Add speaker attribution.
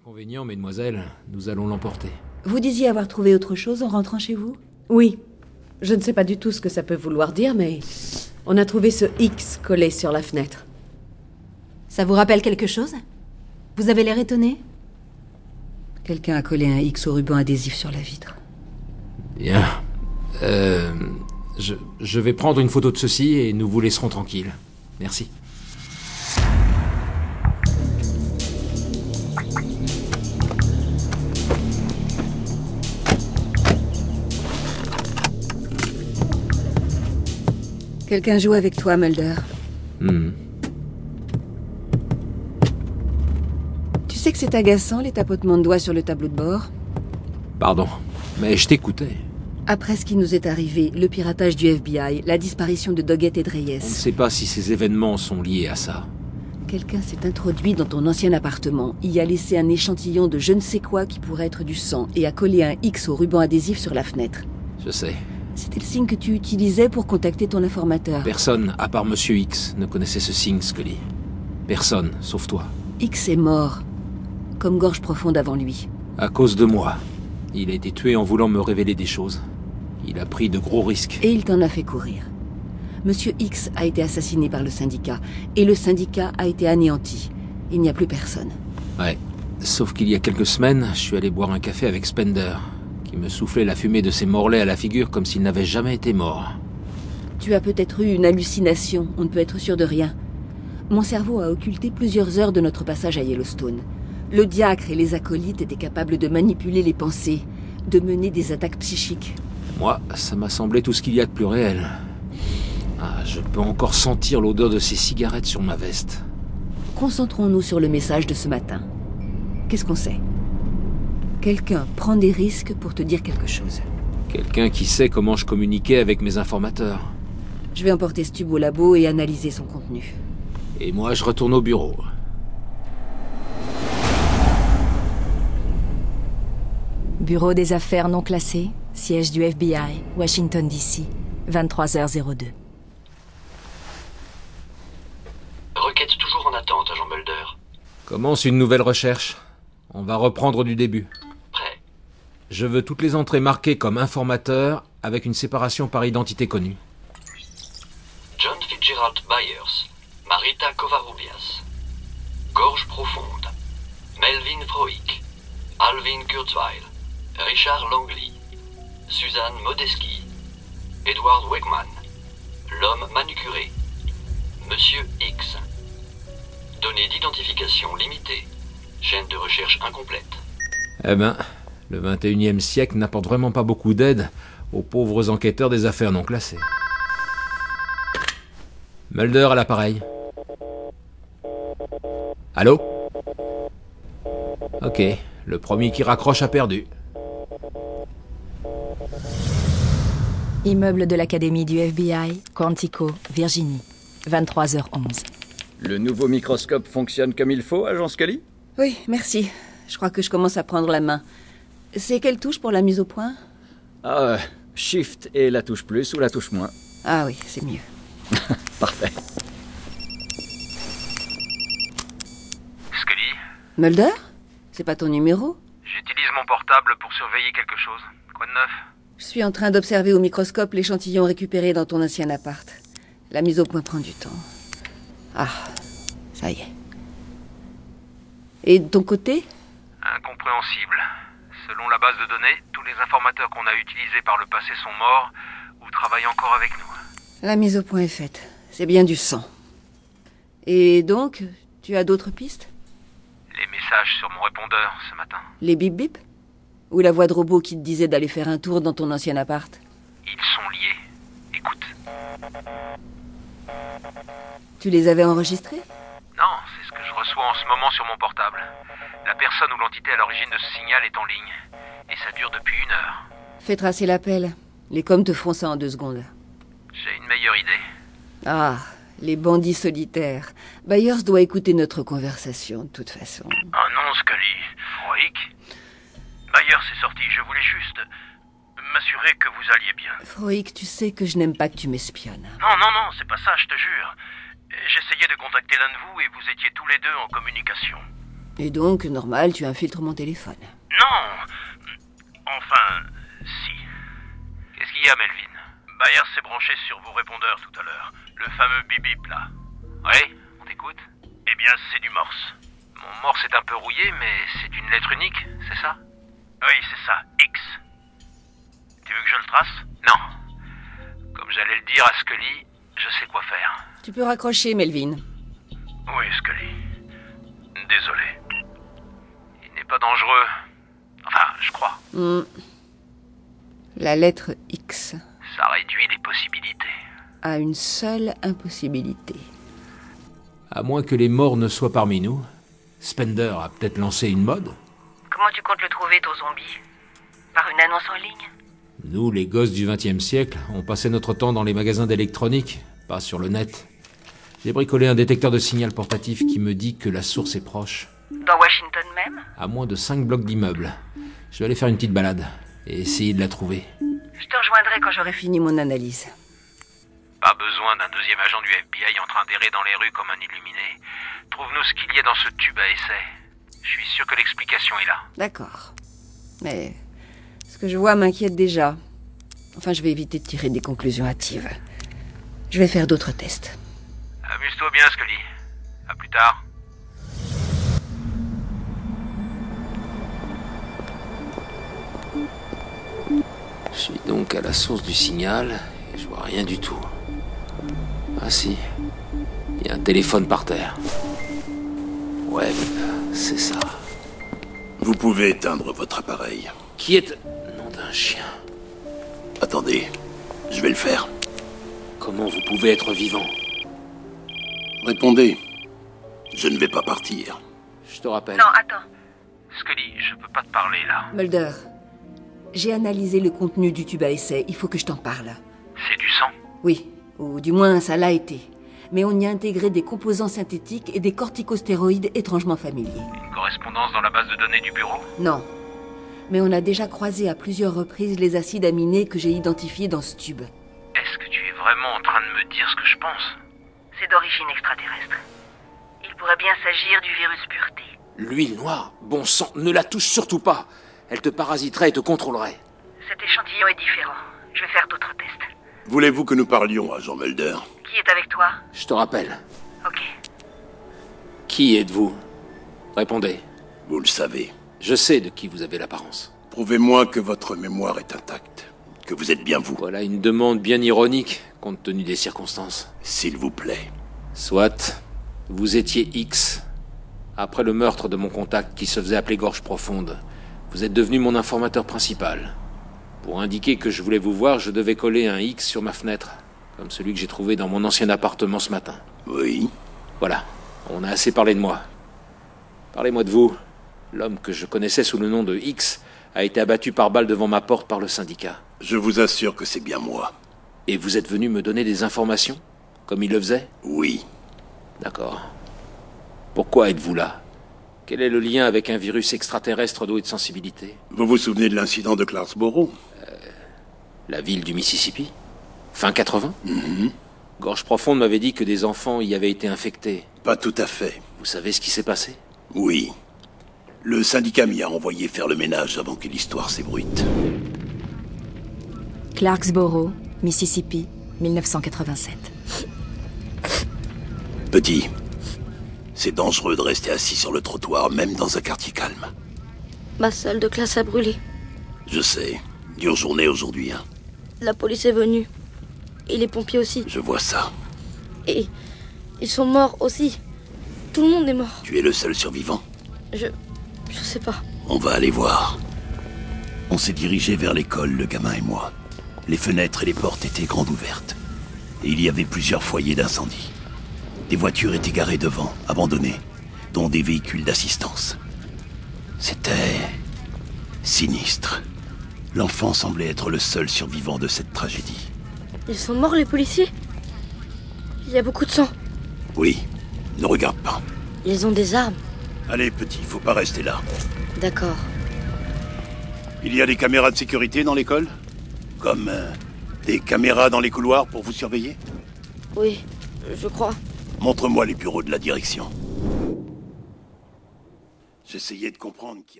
Speaker 1: Inconvénient, mesdemoiselles, nous allons l'emporter.
Speaker 2: Vous disiez avoir trouvé autre chose en rentrant chez vous
Speaker 3: Oui. Je ne sais pas du tout ce que ça peut vouloir dire, mais on a trouvé ce X collé sur la fenêtre.
Speaker 4: Ça vous rappelle quelque chose Vous avez l'air étonné
Speaker 2: Quelqu'un a collé un X au ruban adhésif sur la vitre.
Speaker 1: Bien. Euh, je, je vais prendre une photo de ceci et nous vous laisserons tranquille. Merci.
Speaker 2: Quelqu'un joue avec toi, Mulder.
Speaker 1: Hmm.
Speaker 2: Tu sais que c'est agaçant les tapotements de doigts sur le tableau de bord.
Speaker 1: Pardon, mais je t'écoutais.
Speaker 2: Après ce qui nous est arrivé, le piratage du FBI, la disparition de Doggett et
Speaker 1: On ne
Speaker 2: Dreyes,
Speaker 1: sait pas si ces événements sont liés à ça.
Speaker 2: quelqu'un s'est introduit dans ton ancien appartement, y a laissé un échantillon de je ne sais quoi qui pourrait être du sang et a collé un X au ruban adhésif sur la fenêtre.
Speaker 1: Je sais.
Speaker 2: C'était le signe que tu utilisais pour contacter ton informateur.
Speaker 1: Personne, à part Monsieur X, ne connaissait ce signe, Scully. Personne, sauf toi.
Speaker 2: X est mort, comme gorge profonde avant lui.
Speaker 1: À cause de moi. Il a été tué en voulant me révéler des choses. Il a pris de gros risques.
Speaker 2: Et il t'en a fait courir. Monsieur X a été assassiné par le syndicat, et le syndicat a été anéanti. Il n'y a plus personne.
Speaker 1: Ouais. Sauf qu'il y a quelques semaines, je suis allé boire un café avec Spender, qui me soufflait la fumée de ses morlets à la figure comme s'il n'avait jamais été mort.
Speaker 2: Tu as peut-être eu une hallucination, on ne peut être sûr de rien. Mon cerveau a occulté plusieurs heures de notre passage à Yellowstone. Le diacre et les acolytes étaient capables de manipuler les pensées, de mener des attaques psychiques.
Speaker 1: Moi, ça m'a semblé tout ce qu'il y a de plus réel. Ah, je peux encore sentir l'odeur de ces cigarettes sur ma veste.
Speaker 2: Concentrons-nous sur le message de ce matin. Qu'est-ce qu'on sait Quelqu'un prend des risques pour te dire quelque chose.
Speaker 1: Quelqu'un qui sait comment je communiquais avec mes informateurs.
Speaker 2: Je vais emporter ce tube au labo et analyser son contenu.
Speaker 1: Et moi, je retourne au bureau.
Speaker 4: Bureau des affaires non classées, siège du FBI, Washington DC, 23h02.
Speaker 5: Requête toujours en attente, agent Mulder.
Speaker 1: Commence une nouvelle recherche. On va reprendre du début.
Speaker 5: Prêt.
Speaker 1: Je veux toutes les entrées marquées comme informateur avec une séparation par identité connue.
Speaker 5: John Fitzgerald Byers. Marita Kovarubias. Gorge profonde. Melvin Froick. Alvin Kurzweil. Richard Langley. Suzanne Modeski. Edward Wegman. L'homme manucuré. Monsieur X. Données d'identification limitées. Chaîne de recherche incomplète.
Speaker 1: Eh ben, le 21e siècle n'apporte vraiment pas beaucoup d'aide aux pauvres enquêteurs des affaires non classées. Mulder à l'appareil. Allô Ok, le premier qui raccroche a perdu.
Speaker 4: Immeuble de l'Académie du FBI, Quantico, Virginie, 23h11.
Speaker 6: Le nouveau microscope fonctionne comme il faut, agent Scully
Speaker 2: Oui, merci. Je crois que je commence à prendre la main. C'est quelle touche pour la mise au point
Speaker 6: Ah, euh, Shift et la touche plus ou la touche moins.
Speaker 2: Ah oui, c'est mieux.
Speaker 6: Parfait.
Speaker 7: Scully,
Speaker 2: Mulder C'est pas ton numéro
Speaker 7: j'utilise mon portable pour surveiller quelque chose. Quoi de neuf
Speaker 2: Je suis en train d'observer au microscope l'échantillon récupéré dans ton ancien appart. La mise au point prend du temps. Ah, ça y est. Et de ton côté
Speaker 7: Incompréhensible. Selon la base de données, tous les informateurs qu'on a utilisés par le passé sont morts ou travaillent encore avec nous.
Speaker 2: La mise au point est faite. C'est bien du sang. Et donc, tu as d'autres pistes
Speaker 7: Les messages sur mon répondeur ce matin.
Speaker 2: Les bip bip Ou la voix de robot qui te disait d'aller faire un tour dans ton ancien appart
Speaker 7: Ils sont liés. Écoute.
Speaker 2: Tu les avais enregistrés
Speaker 7: Non, c'est ce que je reçois en ce moment sur mon portable. La personne ou l'entité à l'origine de ce signal est en ligne. Et ça dure depuis une heure.
Speaker 2: Fais tracer l'appel. Les coms te font ça en deux secondes.
Speaker 7: J'ai une meilleure idée.
Speaker 2: Ah, les bandits solitaires. Byers doit écouter notre conversation, de toute façon.
Speaker 7: Ah non, Scully. Roïc D'ailleurs, c'est sorti. Je voulais juste m'assurer que vous alliez bien.
Speaker 2: Froic, tu sais que je n'aime pas que tu m'espionnes.
Speaker 7: Non, non, non, c'est pas ça, je te jure. J'essayais de contacter l'un de vous et vous étiez tous les deux en communication.
Speaker 2: Et donc, normal, tu infiltres mon téléphone.
Speaker 7: Non Enfin, si. Qu'est-ce qu'il y a, Melvin Bayer s'est branché sur vos répondeurs tout à l'heure. Le fameux bip-bip, là. Oui On t'écoute Eh bien, c'est du morse. Mon morse est un peu rouillé, mais c'est une lettre unique, c'est ça Oui, c'est ça, X. Tu veux que je le trace Non. Comme j'allais le dire à Scully, je sais quoi faire.
Speaker 2: Tu peux raccrocher, Melvin.
Speaker 7: Oui, Scully. Désolé. Il n'est pas dangereux. Enfin, je crois.
Speaker 2: Hmm. La lettre X
Speaker 7: Ça réduit les possibilités.
Speaker 2: a une seule impossibilité.
Speaker 1: À moins que les morts ne soient parmi nous. Spender a peut-être lancé une mode.
Speaker 8: Comment tu comptes le trouver, ton zombie Par une annonce en ligne
Speaker 1: Nous, les gosses du XXe siècle, on passait notre temps dans les magasins d'électronique, pas sur le net. J'ai bricolé un détecteur de signal portatif qui me dit que la source est proche,
Speaker 8: Dans Washington même
Speaker 1: à moins de 5 blocs d'immeubles. Je vais aller faire une petite balade et essayer de la trouver.
Speaker 8: Je te rejoindrai quand j'aurai
Speaker 2: J'aurais fini mon analyse.
Speaker 7: Pas besoin d'un deuxième agent du FBI en train d'errer dans les rues comme un illuminé. Trouve-nous ce qu'il y a dans ce tube à essai. Je suis sûr que l'explication est là.
Speaker 2: D'accord. Mais ce que je vois m'inquiète déjà. Enfin, je vais éviter de tirer des conclusions hâtives. Je vais faire d'autres tests.
Speaker 7: Amuse-toi bien, Scully. À plus tard.
Speaker 1: Je suis donc à la source du signal et je vois rien du tout. Ah si, il y a un téléphone par terre. Ouais, c'est ça.
Speaker 9: Vous pouvez éteindre votre appareil.
Speaker 1: Qui est... Nom d'un chien.
Speaker 9: Attendez, je vais le faire.
Speaker 1: Comment vous pouvez être vivant
Speaker 9: Répondez. Je ne vais pas partir.
Speaker 1: Je te rappelle.
Speaker 8: Non, attends.
Speaker 7: Scully, je peux pas te parler là.
Speaker 2: Mulder, j'ai analysé le contenu du tube à essai. Il faut que je t'en parle.
Speaker 7: C'est du sang.
Speaker 2: Oui, ou du moins ça l'a été. Mais on y a intégré des composants synthétiques et des corticostéroïdes étrangement familiers.
Speaker 7: Une correspondance dans la base de données du bureau.
Speaker 2: Non. Mais on a déjà croisé à plusieurs reprises les acides aminés que j'ai identifiés dans ce tube.
Speaker 7: Est-ce que tu es vraiment en train de me dire ce que je pense
Speaker 8: C'est d'origine extraterrestre. Il pourrait bien s'agir du virus pureté.
Speaker 1: L'huile noire, bon sang, ne la touche surtout pas. Elle te parasiterait et te contrôlerait.
Speaker 8: Cet échantillon est différent. Je vais faire d'autres tests.
Speaker 9: Voulez-vous que nous parlions à Jean Mulder
Speaker 8: Qui est avec toi
Speaker 1: Je te rappelle.
Speaker 8: Ok.
Speaker 1: Qui êtes-vous Répondez.
Speaker 9: Vous le savez.
Speaker 1: Je sais de qui vous avez l'apparence.
Speaker 9: Prouvez-moi que votre mémoire est intacte. Que vous êtes bien vous.
Speaker 1: Voilà une demande bien ironique, compte tenu des circonstances.
Speaker 9: S'il vous plaît.
Speaker 1: Soit, vous étiez X. Après le meurtre de mon contact qui se faisait appeler Gorge Profonde, vous êtes devenu mon informateur principal. Pour indiquer que je voulais vous voir, je devais coller un X sur ma fenêtre, comme celui que j'ai trouvé dans mon ancien appartement ce matin.
Speaker 9: Oui.
Speaker 1: Voilà, on a assez parlé de moi. Parlez-moi de vous. L'homme que je connaissais sous le nom de X a été abattu par balle devant ma porte par le syndicat.
Speaker 9: Je vous assure que c'est bien moi.
Speaker 1: Et vous êtes venu me donner des informations Comme il le faisait
Speaker 9: Oui.
Speaker 1: D'accord. Pourquoi êtes-vous là Quel est le lien avec un virus extraterrestre d'eau et de sensibilité
Speaker 9: Vous vous souvenez de l'incident de Clarksboro
Speaker 1: La ville du Mississippi Fin 80 Gorge Profonde m'avait dit que des enfants y avaient été infectés.
Speaker 9: Pas tout à fait.
Speaker 1: Vous savez ce qui s'est passé
Speaker 9: Oui. Le syndicat m'y a envoyé faire le ménage avant que l'histoire s'ébruite.
Speaker 4: Clarksboro, Mississippi, 1987.
Speaker 9: Petit, c'est dangereux de rester assis sur le trottoir, même dans un quartier calme.
Speaker 10: Ma salle de classe a brûlé.
Speaker 9: Je sais. Dure journée aujourd'hui, hein.
Speaker 10: La police est venue. Et les pompiers aussi.
Speaker 9: Je vois ça.
Speaker 10: Et ils sont morts aussi. Tout le monde est mort.
Speaker 9: Tu es le seul survivant.
Speaker 10: Je. Je sais pas.
Speaker 9: On va aller voir. On s'est dirigé vers l'école, le gamin et moi. Les fenêtres et les portes étaient grandes ouvertes. Et il y avait plusieurs foyers d'incendie. Des voitures étaient garées devant, abandonnées, dont des véhicules d'assistance. C'était sinistre. L'enfant semblait être le seul survivant de cette tragédie.
Speaker 10: Ils sont morts, les policiers Il y a beaucoup de sang.
Speaker 9: Oui, ne regarde pas.
Speaker 10: Ils ont des armes.
Speaker 9: Allez, petit, faut pas rester là.
Speaker 10: D'accord.
Speaker 9: Il y a des caméras de sécurité dans l'école Comme euh, des caméras dans les couloirs pour vous surveiller
Speaker 10: Oui, je crois.
Speaker 9: Montre-moi les bureaux de la direction. J'essayais de comprendre qu'il y avait...